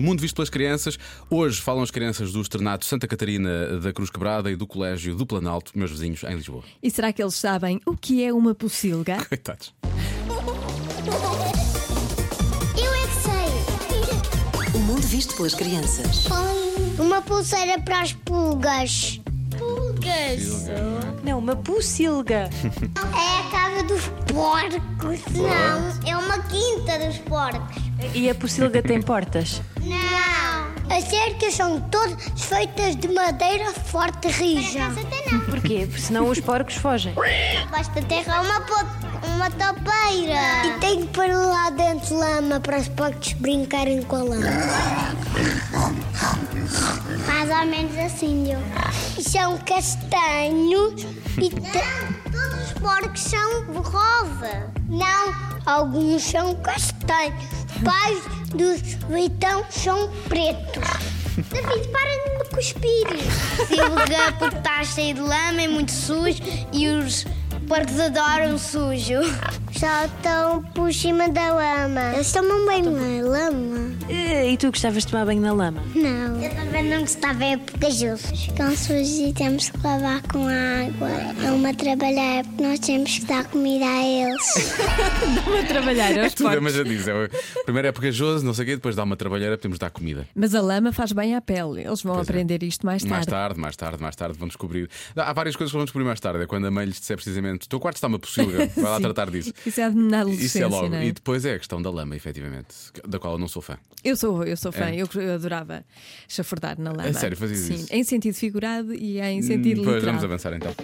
Mundo Visto pelas Crianças. Hoje falam as crianças do externato Santa Catarina da Cruz Quebrada e do Colégio do Planalto, meus vizinhos em Lisboa. E será que eles sabem o que é uma pocilga? Coitados. Eu é que sei. O mundo visto pelas crianças. Uma pulseira para as pulgas. Pulgas? Não, uma pocilga. É a casa dos porcos. Não, é uma quinta dos porcos. E a pocilga tem portas. Não. As cercas são todas feitas de madeira forte rija. Porquê? Porque senão os porcos fogem. Baixo da terra é uma, uma topeira. E tem que pôr lá dentro lama para os porcos brincarem com a lama. Mais ou menos assim, eu. São castanhos e. Não, todos os porcos são rova. Não, alguns são castanhos. Pais dos leitão são pretos. David, para de me cuspir. Silga, porque está cheio de lama, é muito sujo e os porcos adoram sujo. Já estão por cima da lama. Eles tomam bem na lama. Eh, E tu gostavas de tomar banho na lama? Não. Eu também não gostava, é pegajoso. Ficam sujos e temos que lavar com água. É uma trabalhar porque nós temos que dar comida a eles. Para trabalhar aos Tudo é, porcos. mas já diz. É, primeiro é pegajoso, não sei o quê, depois dá uma trabalheira, podemos dar comida. Mas a lama faz bem à pele. Eles vão Pois é. aprender isto mais tarde. Mais tarde, mais tarde, mais tarde, vão descobrir. Há várias coisas que vão descobrir mais tarde. É quando a mãe lhes disser precisamente: o teu quarto está uma pocilga, vai lá Sim. tratar disso. Isso é na Isso é adolescência, logo. não é? E depois é a questão da lama, efetivamente, da qual eu não sou fã. Eu sou, eu sou fã, É. eu, eu adorava chafurdar na lama. sério, fazias Sim, isso? em sentido figurado e em sentido Pois, literal. vamos avançar então.